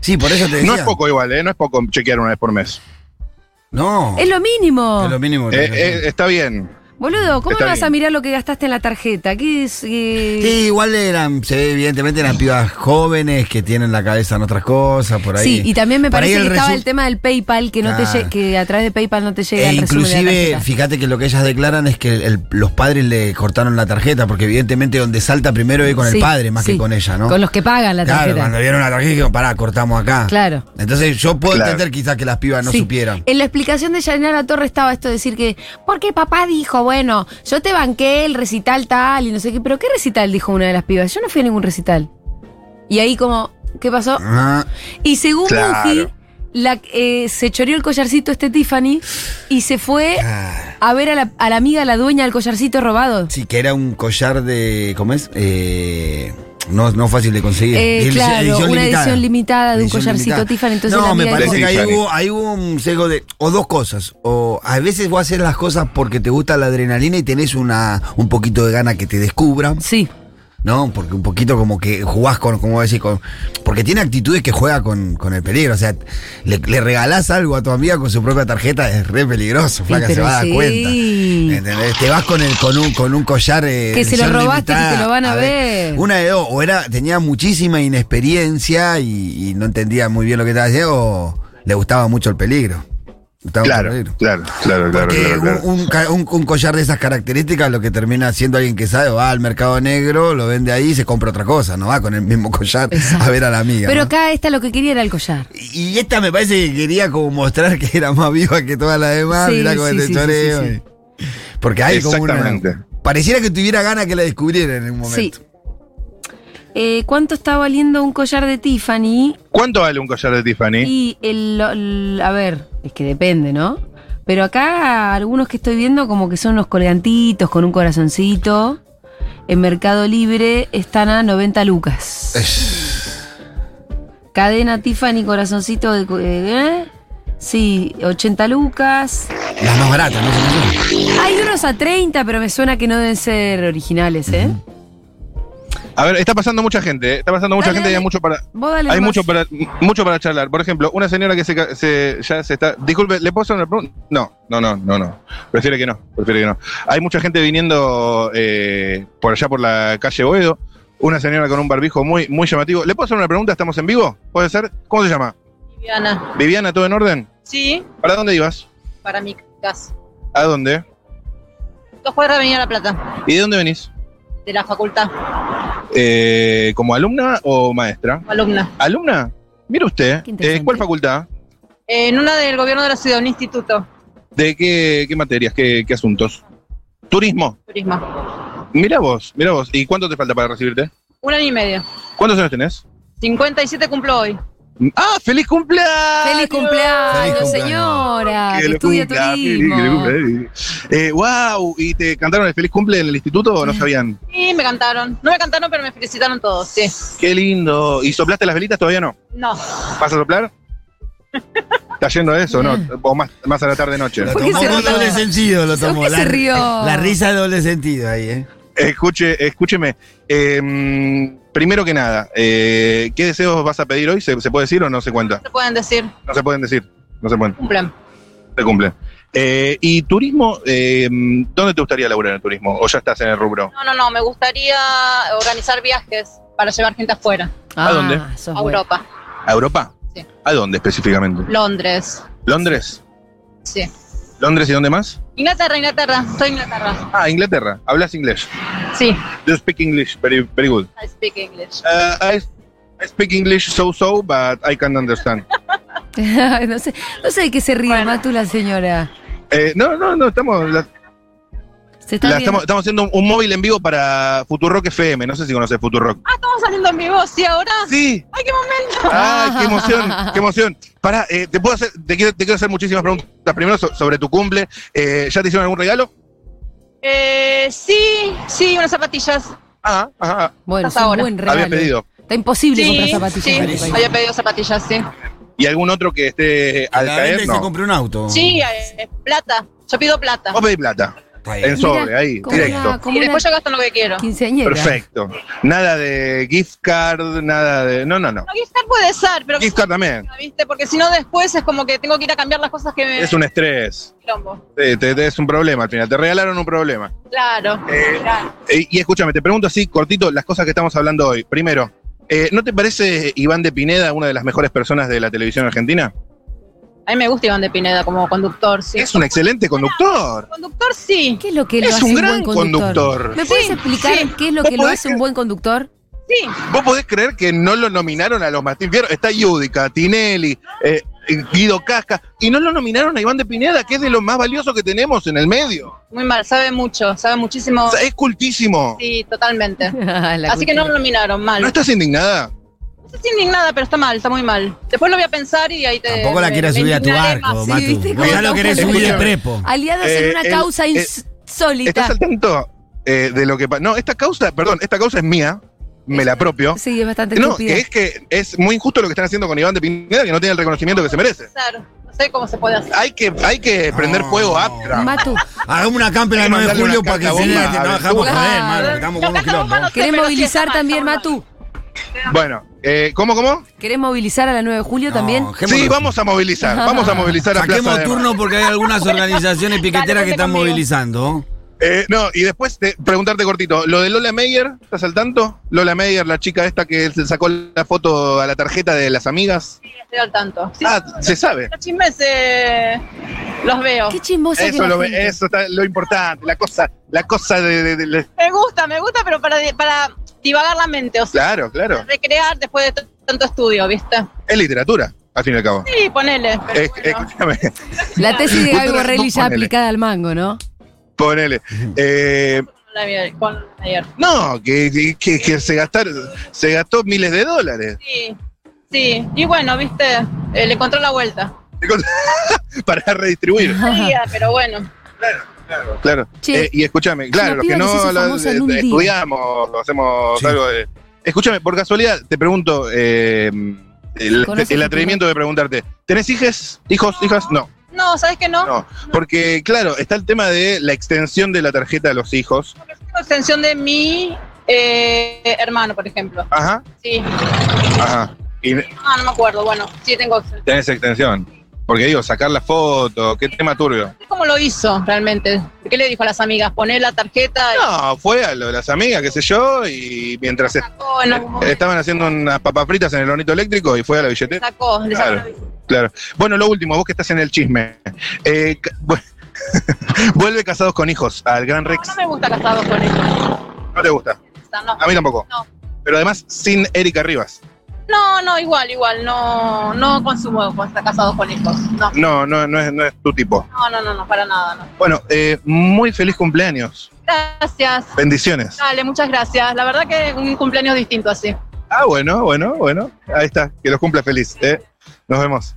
S2: Sí, por eso te decía.
S3: No es poco igual, ¿eh? No es poco chequear una vez por mes.
S5: No.
S1: Es lo mínimo.
S5: Es lo mínimo.
S3: Eh, eh, está bien.
S1: Boludo, ¿cómo
S3: Está
S1: no vas
S3: bien.
S1: a mirar lo que gastaste en la tarjeta? ¿Qué es? eh?
S2: Sí, igual eran, se ve evidentemente eran pibas jóvenes que tienen la cabeza en otras cosas, por ahí.
S1: Sí, y también me
S2: Por ahí
S1: parece que estaba
S2: resu-
S1: el tema del PayPal, que, no te
S2: Claro.
S1: lle- que a través de PayPal no te llega
S2: E
S1: el resumen de la
S2: inclusive,
S1: tarjeta.
S2: fíjate que lo que ellas declaran es que el- los padres le cortaron la tarjeta, porque evidentemente donde salta primero es con
S1: Sí,
S2: el padre más
S1: sí.
S2: que con ella, ¿no?
S1: Con los que pagan la
S2: claro,
S1: tarjeta.
S2: cuando vieron la tarjeta dijeron, pará, cortamos acá.
S1: Claro.
S2: Entonces yo puedo
S3: Claro.
S2: entender quizás que las pibas no
S1: Sí.
S2: supieran.
S1: En la explicación de Yanara Torres estaba esto de decir que, porque papá dijo, bueno, yo te banqué el recital tal y no sé qué, pero ¿qué recital dijo una de las pibas? Yo no fui a ningún recital. Y ahí como, ¿qué pasó?
S2: Ah,
S1: Y según
S3: Claro.
S1: Mufi, la, eh, se choreó el collarcito este Tiffany y se fue
S2: ah.
S1: a ver a la, a la amiga, la dueña del collarcito robado.
S2: Sí, que era un collar de. ¿Cómo es? Eh, no, no fácil de conseguir.
S1: Eh,
S2: Edici-
S1: claro, una edición limitada de un collarcito Tiffany, entonces la
S2: no, me
S1: mía
S2: parece
S3: dijo-
S2: que ahí
S3: Tiffany.
S2: hubo, ahí hubo un sesgo de. O dos cosas. O a veces vos haces las cosas porque te gusta la adrenalina y tenés una, un poquito de gana que te descubran,
S1: Sí.
S2: ¿no? Porque un poquito como que jugás con. como decir, con, porque tiene actitudes que juega con, con el peligro. O sea, le, le regalás algo a tu amiga con su propia tarjeta, es re peligroso, flaca, se
S1: pero
S2: va a dar
S1: sí.
S2: cuenta. ¿Entendés? Te vas con el, con un, con un collar. eh,
S1: Que se lo
S2: edición
S1: robaste, que te lo van a ver.
S2: Una de dos, o era, tenía muchísima inexperiencia y, y no entendía muy bien lo que estaba haciendo, o le gustaba mucho el peligro. Está
S3: Claro,
S2: barbero.
S3: claro, claro, claro,
S2: Porque
S3: claro, claro.
S2: Un, un ca- un- un collar de esas características lo que termina siendo alguien que sabe va al mercado negro, lo vende ahí y se compra otra cosa, no va con el mismo collar
S1: Exacto.
S2: a ver a la amiga.
S1: Pero
S2: ¿no?
S1: acá esta lo que quería era el collar.
S2: Y y esta me parece que quería como mostrar que era más viva que todas las demás,
S1: Sí,
S2: mirá cómo
S1: sí,
S2: te
S1: sí, sí,
S2: choreo.
S1: sí,
S2: Porque hay como una...
S3: Exactamente.
S2: Pareciera que tuviera ganas que la descubrieran en un momento.
S1: Sí. Eh, ¿Cuánto está valiendo un collar de Tiffany?
S3: ¿Cuánto vale un collar de Tiffany?
S1: Y el, lo- el- a ver, es que depende, ¿no? Pero acá algunos que estoy viendo como que son unos colgantitos con un corazoncito. En Mercado Libre están a 90 lucas. Cadena Tiffany, corazoncito de... cu- eh, ¿eh? Sí, 80 lucas.
S2: Las más baratas, ¿no? Son
S1: Hay unos a 30, pero me suena que no deben ser originales, ¿eh?
S3: A ver, está pasando mucha gente, eh, está pasando mucha
S1: Dale,
S3: gente y hay
S1: dale.
S3: mucho para
S1: Vos dale
S3: hay
S1: nomás.
S3: mucho para mucho para charlar. Por ejemplo, una señora que se, ca- se- ya se está, disculpe, ¿le puedo hacer una pregunta? No, no, no, no, no. Prefiere que no, prefiere que no. Hay mucha gente viniendo eh, por allá por la calle Boedo, una señora con un barbijo muy muy llamativo. ¿Le puedo hacer una pregunta? ¿Estamos en vivo? ¿Puede ser? ¿Cómo se llama?
S10: Viviana.
S3: Viviana, ¿todo en orden?
S10: Sí,
S3: ¿Para dónde ibas?
S10: para mi casa.
S3: ¿A dónde?
S10: Dos cuadras de Avenida La Plata,
S3: ¿Y de dónde venís?
S10: de la facultad,
S3: Eh, ¿Como alumna o maestra?
S10: alumna.
S3: ¿Alumna? Mire usted, eh,
S1: Qué interesante.
S3: ¿cuál facultad?
S10: En una del gobierno de la ciudad, un instituto,
S3: ¿De qué, qué materias, qué, qué asuntos? Turismo.
S10: turismo.
S3: Mira vos, mira vos. ¿Y cuánto te falta para recibirte?
S10: Un año y medio.
S3: ¿Cuántos años tenés?
S10: 57 cumplo hoy.
S3: ¡Ah, feliz cumpleaños!
S1: ¡Feliz cumpleaños,
S2: Feliz cumpleaños.
S1: señora!
S3: Que
S1: Que
S3: lo
S1: estudia
S3: cumpla, feliz,
S1: turismo.
S3: que lo cumpla, eh. Eh, wow, ¿y te cantaron el feliz cumple en el instituto o no sabían?
S10: Y me cantaron. No me cantaron, pero me felicitaron todos, sí.
S3: Qué lindo. ¿Y soplaste las velitas? Todavía no.
S10: No,
S3: ¿Vas a soplar? ¿Está yendo a eso, no? ¿O más, más a la tarde-noche?
S2: Lo
S1: ¿Por qué
S2: tomó
S1: se
S2: con
S1: rió?
S2: doble sentido, lo
S1: ¿Por
S2: tomó.
S1: qué se rió?
S2: La risa de doble sentido ahí, ¿eh?
S3: Escuche, escúcheme. eh, primero que nada, eh, ¿qué deseos vas a pedir hoy? ¿Se, se puede decir o no se cuenta?
S10: se pueden decir,
S3: No se pueden decir. No se pueden.
S10: cumplen.
S3: Se cumple. Eh, y turismo, eh, ¿dónde te gustaría laburar en turismo? ¿O ya estás en el rubro?
S10: No, no, no, me gustaría organizar viajes para llevar gente afuera,
S1: Ah,
S3: ¿A dónde?
S1: sos
S10: a
S1: buena.
S10: Europa,
S3: ¿A Europa?
S10: Sí.
S3: ¿A dónde específicamente?
S10: Londres,
S3: ¿Londres?
S10: sí.
S3: ¿Londres y dónde más?
S10: Inglaterra, Inglaterra, soy Inglaterra.
S3: Ah, Inglaterra. Hablas inglés.
S10: Sí,
S3: You speak English very, very good.
S10: I speak English.
S3: Uh, I, I speak English so-so, but I can understand.
S1: no, sé, no sé de qué se ríe más tú la señora.
S3: Eh, no, no, no, estamos... la-
S1: Se está
S3: la
S1: riendo.
S3: estamos, estamos haciendo un, un móvil en vivo para Futurock FM. No sé si conoces Futurock.
S10: Ah, estamos saliendo en vivo, sí, ahora.
S3: ¡Sí!
S10: ¡Ay, qué momento!
S3: ¡Ay, qué emoción! ¡Qué emoción! Pará, eh, te, puedo hacer, te, quiero, te quiero hacer muchísimas preguntas. Primero so- sobre tu cumple. Eh, ¿Ya te hicieron algún regalo?
S10: Eh, sí, sí, unas zapatillas.
S3: Ah, ajá.
S1: Bueno, es un
S10: hasta ahora.
S1: buen regalo.
S3: Había pedido.
S1: Está imposible comprar
S10: Sí,
S1: zapatillas.
S10: sí,
S1: en este país.
S10: había pedido zapatillas, sí.
S3: ¿Y algún otro que esté eh, al
S11: La
S3: caer?
S11: vende y se
S3: No.
S11: compró un auto.
S10: Sí, eh, plata. Yo pido plata.
S3: Vos pedí plata.
S11: Está bien.
S3: En sobre,
S1: Mirá,
S3: ahí,
S1: como
S3: directo.
S1: una- como
S10: Y después
S1: una
S10: yo gasto en lo que quiero.
S1: quinceañera.
S3: Perfecto. Nada de gift card, nada de. No, no, no.
S10: No, gift card puede ser, pero
S3: Gift card también.
S10: Ah, ¿viste? Porque si no, después es como que tengo que ir a cambiar las cosas que me.
S3: Es un estrés.
S10: quilombo.
S3: Eh, te- te- es un problema al final. Te regalaron un problema.
S10: Claro.
S3: Eh,
S10: claro.
S3: Eh, y escúchame, te pregunto así, cortito, las cosas que estamos hablando hoy. Primero, eh, ¿no te parece Iván de Pineda una de las mejores personas de la televisión argentina?
S10: A mí me gusta Iván de Pineda como conductor, sí.
S3: Es un excelente conductor.
S10: Conductor, sí.
S1: ¿Qué es lo que lo
S3: Es
S1: hace
S3: un
S1: un,
S3: gran
S1: buen conductor?
S3: conductor.
S1: ¿Me puedes
S10: Sí,
S1: explicar
S10: sí.
S1: qué es lo
S3: Vos
S1: que lo
S3: podés
S1: hace un
S3: que-
S1: buen conductor?
S10: Sí.
S3: ¿Vos podés creer que no lo nominaron a los Martín Fierro? Está Yudica, Tinelli, eh, Guido Casca, y no lo nominaron a Iván de Pineda, que es de lo más valioso que tenemos en el medio.
S10: Muy mal, sabe mucho, sabe muchísimo.
S3: O sea, es cultísimo.
S10: Sí, totalmente.
S1: Ah, La
S10: Así que no
S1: cultura.
S10: lo nominaron, mal.
S3: ¿No
S10: No
S3: estás indignada?
S10: estoy indignada, pero está mal, está muy mal. Después lo voy a pensar y
S6: Este,
S10: ahí te.
S11: Tampoco la
S10: me-
S11: quieras
S10: me
S11: subir a tu
S10: indignaré
S11: barco,
S10: más.
S1: Sí,
S11: Matu.
S1: viste,
S11: Vos ya lo
S1: como
S11: querés
S1: no.
S11: subir de
S3: Escúchame.
S11: prepo.
S1: Aliados
S3: Eh,
S1: en una
S3: el-
S1: causa
S3: eh, ¿Estás
S1: insólita.
S3: al tanto eh, de lo que pasa? No, esta causa, perdón, esta causa es mía, me la apropio.
S1: Sí, es bastante
S3: No,
S1: estúpida.
S3: que es que es muy injusto lo que están haciendo con Iván de Pineda, que no tiene el reconocimiento que se merece.
S10: Claro, No sé cómo se puede hacer.
S3: Hay que, hay que prender
S11: No.
S3: fuego a Aptra.
S1: Matu,
S11: Hagamos una camp en
S3: Hay
S11: el
S3: que
S11: 9 de
S3: mandarle
S11: julio
S3: una
S11: para que
S3: carta
S11: se
S3: bomba
S11: te
S3: a
S11: trabajamos
S1: Ventura.
S11: joder, mano. Estamos con
S10: Los
S11: un
S10: cartas bomba
S11: quilombo.
S10: no sé,
S1: ¿querés
S10: pero sí está
S1: movilizar
S10: mal,
S1: también,
S10: está mal.
S1: Matu?
S3: Bueno, eh, ¿cómo, cómo?
S1: ¿Querés movilizar a la 9 de julio también?
S11: No, dejémoslo.
S3: Sí, vamos a movilizar, vamos a movilizar a Plaza
S11: Saquemos
S3: de Mayo.
S11: turno porque hay algunas organizaciones piqueteras
S10: Dale,
S11: que están
S10: ponte conmigo.
S11: movilizando.
S3: Eh, no, y después te- preguntarte cortito, lo de Lola Meyer, ¿estás al tanto? Lola Meyer, la chica esta que se sacó la foto a la tarjeta de las amigas.
S12: Estoy al tanto. Sí,
S3: ah, se sabe.
S10: Los chismes eh, los veo.
S1: Qué chimbosa que
S3: Eso,
S1: la
S3: lo,
S1: gente.
S3: eso está lo importante, la cosa, la cosa de, de- de- de-
S10: Me gusta, me gusta, pero para, para divagar la mente, o sea,
S3: Claro, claro.
S10: recrear después de t- tanto estudio, ¿viste?
S3: Es literatura, al fin y al cabo.
S10: Sí, ponele. pero
S3: Es-
S10: bueno.
S3: Escúchame.
S1: La tesis de Gaby
S3: Vos
S1: Borrelli ya
S3: ponele.
S1: aplicada al mango, ¿no?
S3: Ponele. Eh,
S10: Con la mier- con la mier-
S3: no, que, que- que- que se gastaron, se gastó miles de dólares.
S10: Sí, sí. Y bueno, viste, eh, le encontró la vuelta.
S3: Para redistribuir.
S10: Sabía, pero bueno.
S3: Claro.
S1: Che,
S3: Eh, y escúchame,
S1: una
S3: claro, los que
S1: piba que se
S3: no
S1: hizo
S3: la-
S1: famosa en un día.
S3: estudiamos, hacemos
S2: Sí.
S3: algo de. Escúchame, por casualidad, te pregunto, eh, el,
S1: ¿Conoces
S3: el
S1: a tu
S3: atrevimiento de preguntarte, ¿tenés hijes? ¿Hijos? ¿Hijas? No.
S10: No, ¿sabes qué no?
S3: No, porque claro, está el tema de la extensión de la tarjeta a los hijos.
S10: Tengo extensión de mi eh, hermano, por ejemplo.
S3: Ajá,
S10: Sí.
S3: ajá. Y
S10: Ah, no me acuerdo. Bueno, sí tengo extensión.
S3: tenés extensión. Porque digo, sacar la foto, qué tema turbio.
S10: ¿Cómo lo hizo realmente? ¿Qué le dijo a las amigas? Poner la tarjeta y
S3: No, fue a lo de las amigas, qué sé yo, y mientras est-
S10: sacó en algún momento.
S3: estaban haciendo unas papas fritas en el hornito eléctrico y fue a la billetera.
S10: Sacó, le sacó.
S3: Claro. Claro. Bueno, lo último, vos que estás en el chisme. Eh, ca- vu- Vuelve casados con hijos al Gran
S10: No,
S3: Rex.
S10: no me gusta casados con eso.
S3: No te gusta.
S10: No.
S3: A mí tampoco.
S10: No.
S3: Pero además sin Erika Rivas.
S10: no, no, igual, igual. No, no consumo con- casados con hijos. No.
S3: No, no, no es, no es tu tipo.
S10: no, no, no, no, para nada. No.
S3: Bueno, eh, muy feliz cumpleaños.
S10: Gracias.
S3: Bendiciones.
S10: Dale, muchas gracias. La verdad que un cumpleaños distinto así.
S3: Ah, bueno, bueno, bueno. Ahí está. Que los cumpla feliz. ¿eh? Nos vemos.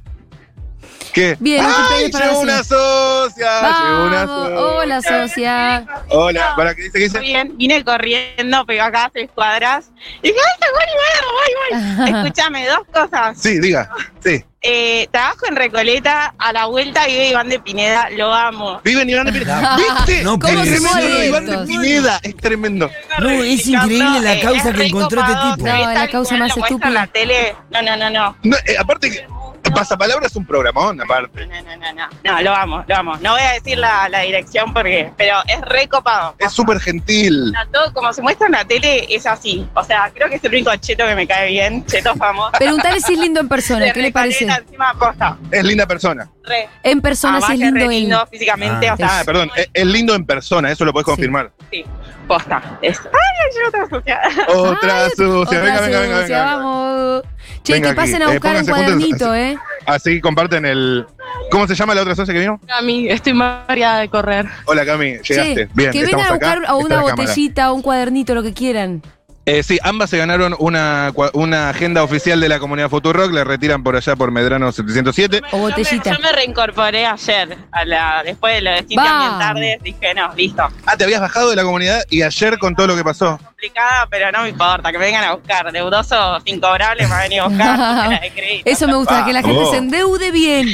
S3: ¿Qué?
S1: Bien, un
S3: ¡Ay,
S1: cumpleaños para
S3: llegó
S1: vos.
S3: una socia! ah, Llegó una
S1: Vamos,
S3: socia.
S1: hola
S9: Ah.
S1: socia.
S3: Hola. ¿Para qué dice? ¿Qué dice?
S13: Bien, vine corriendo, pero acá seis cuadras. Y dije, ¡ay, voy, voy, voy, voy! Escúchame, dos cosas.
S3: Sí, diga. Sí.
S13: Eh, trabajo en Recoleta, a la vuelta vive Iván de Pineda, lo amo.
S3: Viven Iván de Pineda. ¿Viste?
S2: No,
S1: ¿Cómo
S2: pero
S1: se
S2: sí,
S1: mueven
S3: Iván de
S1: estos?
S3: Pineda. Es tremendo.
S2: No, es increíble la
S13: Eh,
S2: causa
S13: es
S2: que encontró este
S13: recopado,
S2: tipo.
S1: No,
S13: ¿sabés
S1: la
S13: tal
S1: causa
S13: cual
S1: más
S13: lo muestra
S1: estúpida.
S13: en la tele? No, no, no, no.
S3: No, eh, aparte, que Pasapalabra es un programón, aparte.
S13: No, no, no, no. No, lo amo, lo amo. No voy a decir la, la dirección porque, pero es recopado.
S3: Es súper gentil.
S13: No, todo como se muestra en la tele es así. O sea, creo que es el único cheto que me cae bien, cheto famoso.
S1: Preguntale si es lindo en persona,
S13: De
S1: ¿qué le parece?
S13: Recoleta, Encima posta.
S3: Es linda persona.
S13: Re.
S1: En persona
S10: Ah,
S1: si
S13: Además,
S1: es
S13: es re
S1: lindo él.
S13: lindo físicamente,
S2: Ah.
S13: o sea,
S3: Ah, perdón. Es, es lindo en persona. Eso lo podés
S1: Sí.
S3: confirmar.
S13: posta. Es- Ay, ay, yo otra sucia.
S3: Otra sucia.
S1: Ah, Otra
S3: Venga, venga, venga,
S1: socia,
S3: venga. venga.
S1: vamos. Che,
S3: Venga
S1: que pasen
S3: aquí,
S1: a
S3: eh,
S1: buscar un
S3: pónganse juntos,
S1: cuadernito, ¿eh?
S3: Así comparten el. ¿Cómo se llama la otra socia que vino?
S10: Cami, estoy mareada de correr.
S3: Hola Cami, llegaste.
S1: Che,
S3: Bien,
S1: que
S3: estamos
S1: vengan a
S3: acá.
S1: buscar a
S3: Está
S1: una
S3: la cámara.
S1: botellita, un cuadernito, lo que quieran.
S3: Eh, sí, ambas se ganaron una, cua- una agenda oficial de la comunidad Futurock, la retiran por allá por Medrano 707.
S1: O botellita.
S13: Yo me, yo me reincorporé ayer, a la, después de lo de Cintia
S1: Vamos.
S13: bien tardes, dije, no, listo.
S3: Ah, te habías bajado de la comunidad y ayer con todo lo que pasó.
S13: Complicada, pero no me importa, que me vengan a buscar. Deudoso, incobrable, me van a venir a buscar.
S1: Eso me gusta, que la gente
S3: Vamos.
S1: se endeude bien.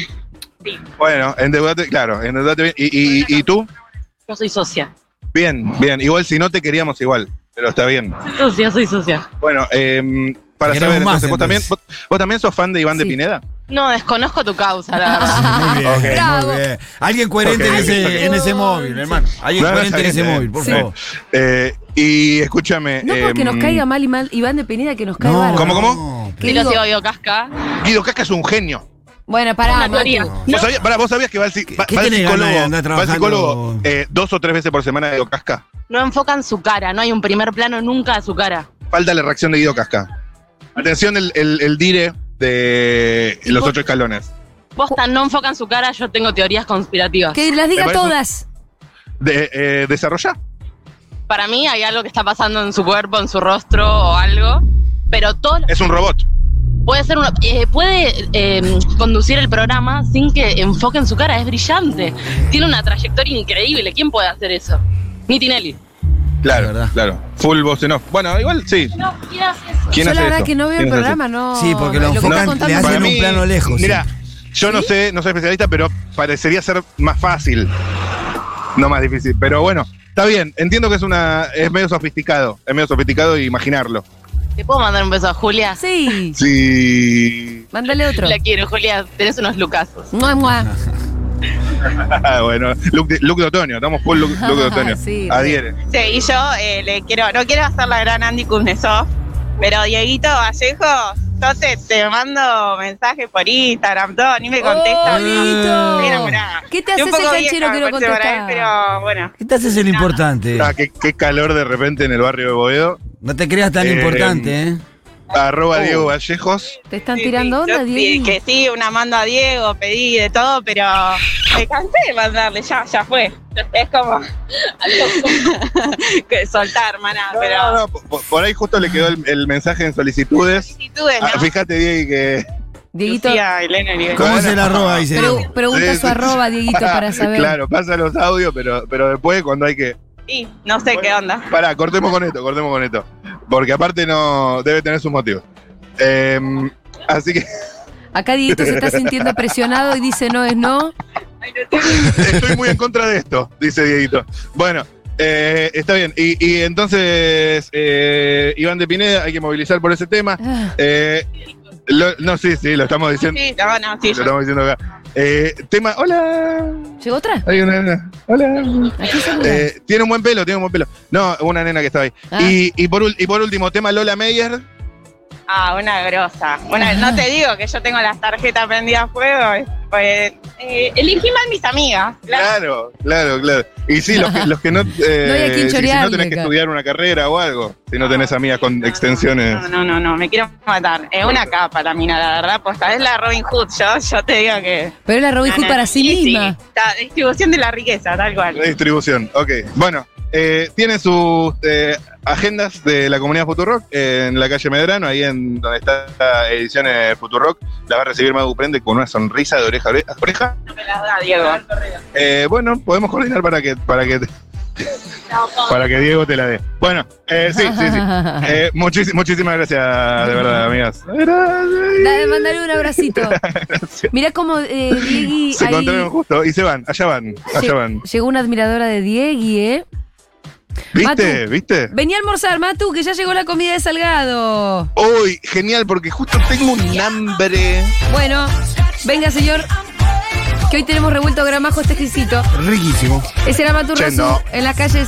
S3: Bueno, endeudate, claro, endeudate bien. ¿Y, y, y tú?
S10: Yo soy socia.
S3: Bien, bien. Igual si no te queríamos igual, pero está bien.
S10: Socia, soy socia.
S3: Bueno, em, para
S2: Te
S3: saber,
S2: queremos más,
S3: entonces, ¿vos, también,
S2: entonces.
S3: vos, vos también sos fan de Iván
S1: Sí.
S3: de Pineda?
S10: No, desconozco tu causa, la verdad.
S2: Muy bien,
S3: Ok.
S1: Bravo.
S2: muy bien. Alguien coherente
S3: Ok,
S2: en, ese,
S3: ok.
S2: en ese móvil, hermano. Alguien
S3: Claro,
S2: coherente en
S3: está
S2: ese
S3: bien,
S2: móvil, por
S1: sí.
S2: favor.
S3: Eh, y escúchame.
S1: No porque nos
S3: em,
S1: caiga mal y mal Iván de Pineda, que nos cae
S2: No,
S1: bárbaro.
S3: ¿Cómo, cómo?
S1: Que digo,
S10: odio casca.
S3: Guido Casca es un genio.
S1: bueno, pará, Matu.
S3: ¿Vos, sabías, pará, ¿Vos sabías que va al, psi- va-
S2: qué
S3: va al
S2: tenés ganas de
S3: psicólogo,
S2: andar
S3: va al
S2: trabajando?
S3: psicólogo, eh, dos o tres veces por semana de Guido Casca?
S10: No enfocan su cara, no hay un primer plano nunca a su cara.
S3: Falta la reacción de Guido Casca. Atención, el, el- el dire de los ocho escalones.
S10: Posta, no enfocan su cara, yo tengo teorías conspirativas.
S1: Que las diga
S3: Me parece-
S1: todas.
S3: De, eh, desarrollá.
S10: Para mí hay algo que está pasando en su cuerpo, en su rostro o algo. Pero todo lo-
S3: Es un robot.
S10: puede ser una, eh, puede eh, conducir el programa sin que enfoquen su cara, es brillante. Tiene una trayectoria increíble. ¿Quién puede hacer eso? Ni Tinelli.
S3: Claro,
S2: Es verdad.
S3: claro. Full voz en off. Bueno, igual sí.
S10: No, ¿quién hace eso?
S3: ¿Quién
S1: Yo
S3: hace
S1: la verdad
S3: eso?
S1: que no veo el
S3: ¿Quién hace
S1: programa, no.
S2: Sí, porque lo
S1: que está
S2: enfocan,
S1: contando-
S2: le
S3: eso?
S2: hacen
S3: Para
S2: un
S3: mí,
S2: plano lejos,
S3: Mira, yo no sé, no soy especialista, pero parecería ser más fácil. No más difícil. Pero bueno, está bien. Entiendo que es una. es medio sofisticado. Es medio sofisticado imaginarlo.
S10: ¿Te puedo mandar un beso a Julia?
S1: Sí,
S3: Sí.
S1: mándale otro.
S10: La quiero, Julia. Tenés unos lucazos.
S1: Mua, mua.
S3: bueno, look de, look de otoño, estamos full look, look de otoño.
S1: Sí.
S3: Adhiere.
S13: Sí, y yo eh, le quiero, no quiero hacer la gran Andy Kuznetsov, pero Dieguito Vallejo, entonces te mando mensaje por Instagram, todo, ni me contesta.
S1: Oh, Dieguito.
S13: Estoy enamorada.
S1: ¿Qué te
S13: Estoy
S1: hace
S13: un
S1: ese
S13: poco
S1: canchero
S13: vieja,
S1: que no
S13: me parece, para él,
S1: contesta?
S13: Pero bueno.
S5: ¿Qué te haces el importante?
S3: Ah, qué, qué calor de repente en el barrio de Boedo.
S5: No te creas tan
S3: Eh,
S5: importante, ¿eh?
S3: Arroba
S13: Oh.
S3: Diego Vallejos.
S1: Te están
S13: Sí,
S1: tirando
S13: sí,
S1: onda,
S13: yo
S1: Diego.
S13: sí, Que sí, una mando a Diego, pedí de todo, pero me cansé de mandarle, ya, ya fue. Es como que soltar, hermana,
S3: No,
S13: pero
S3: no, no, po- por, ahí justo le quedó el, el mensaje en solicitudes.
S13: actitudes, ¿no?
S3: Ah, fíjate, Diego, que.
S1: Dieguito,
S13: Lucía, Elena, Nivel.
S5: ¿Cómo se la roba? Dice.
S1: pregu- pregunta
S3: Sí,
S1: su
S3: sí,
S1: arroba, Dieguito, para saber.
S3: Claro, pasa los audios, pero, pero después cuando hay que.
S13: Sí, no sé qué onda.
S3: Pará, cortemos con esto, cortemos con esto. Porque aparte no. debe tener sus motivos. Em, así que
S1: Acá Dieguito se está sintiendo presionado y dice no es no.
S3: estoy muy en contra de esto, dice Dieguito. Bueno, eh, está bien. Y, y entonces, eh, Iván de Pineda, hay que movilizar por ese tema.
S1: Ah,
S3: Eh, lo- no, sí, sí, lo estamos diciendo.
S13: Sí, no, no, sí,
S3: Lo
S13: yo-
S3: estamos diciendo acá. Eh, tema. Hola.
S1: ¿Llegó otra?
S3: Hay una nena. Hola.
S1: Aquí saluda.
S3: Eh, tiene un buen pelo, tiene un buen pelo. No, una nena que estaba ahí.
S1: Ah.
S3: Y, y por, ul- y por último, tema Lola Meyer.
S13: Ah, una grosa. Una, no te digo que yo tengo las tarjetas prendidas a fuego. Pues, eh, elegí mal mis amigas. La-
S3: Claro, claro, claro. Y sí, los que, los que no. eh,
S1: No hay a quien
S3: si- si, no
S1: chorearle
S3: tenés que
S1: acá.
S3: estudiar una carrera o algo, si no tenés amigas con extensiones.
S13: No, no, no, no, me quiero matar. Es una capa la mina, la verdad, posta. Es la Robin Hood, yo, yo te digo que.
S1: Pero es la Robin Hood
S13: No, no,
S1: para sí
S13: sí, sí.
S1: misma.
S13: La distribución de la riqueza, tal cual.
S3: Redistribución, ok. Bueno, eh, tiene sus eh, agendas de la comunidad Futurock en la calle Medrano, ahí en donde está Ediciones Futurock. La va a recibir Magu Prende con una sonrisa de oreja a ore- a oreja.
S13: No me las da, Diego.
S3: Eh, bueno, podemos coordinar para que, para que, para que Diego te la dé. Bueno, eh, sí, sí, sí. Eh, muchis- muchísimas gracias, de verdad, amigas.
S1: Dale, mandale un abracito. Mirá cómo eh, Diegui
S3: Se
S1: ahí-
S3: encontraron justo y se van, allá van, allá
S1: lle-
S3: van.
S1: llegó una admiradora de Diegui, ¿eh?
S3: ¿Viste? ¿Viste?
S1: Vení a almorzar, Matu, que ya llegó la comida de Salgado.
S3: Uy, genial, porque justo tengo un hambre.
S1: Bueno, venga, señor. Que hoy tenemos revuelto gramajo este exquisito.
S5: Riquísimo.
S1: Ese era Maturroso
S3: Yendo.
S1: en la calle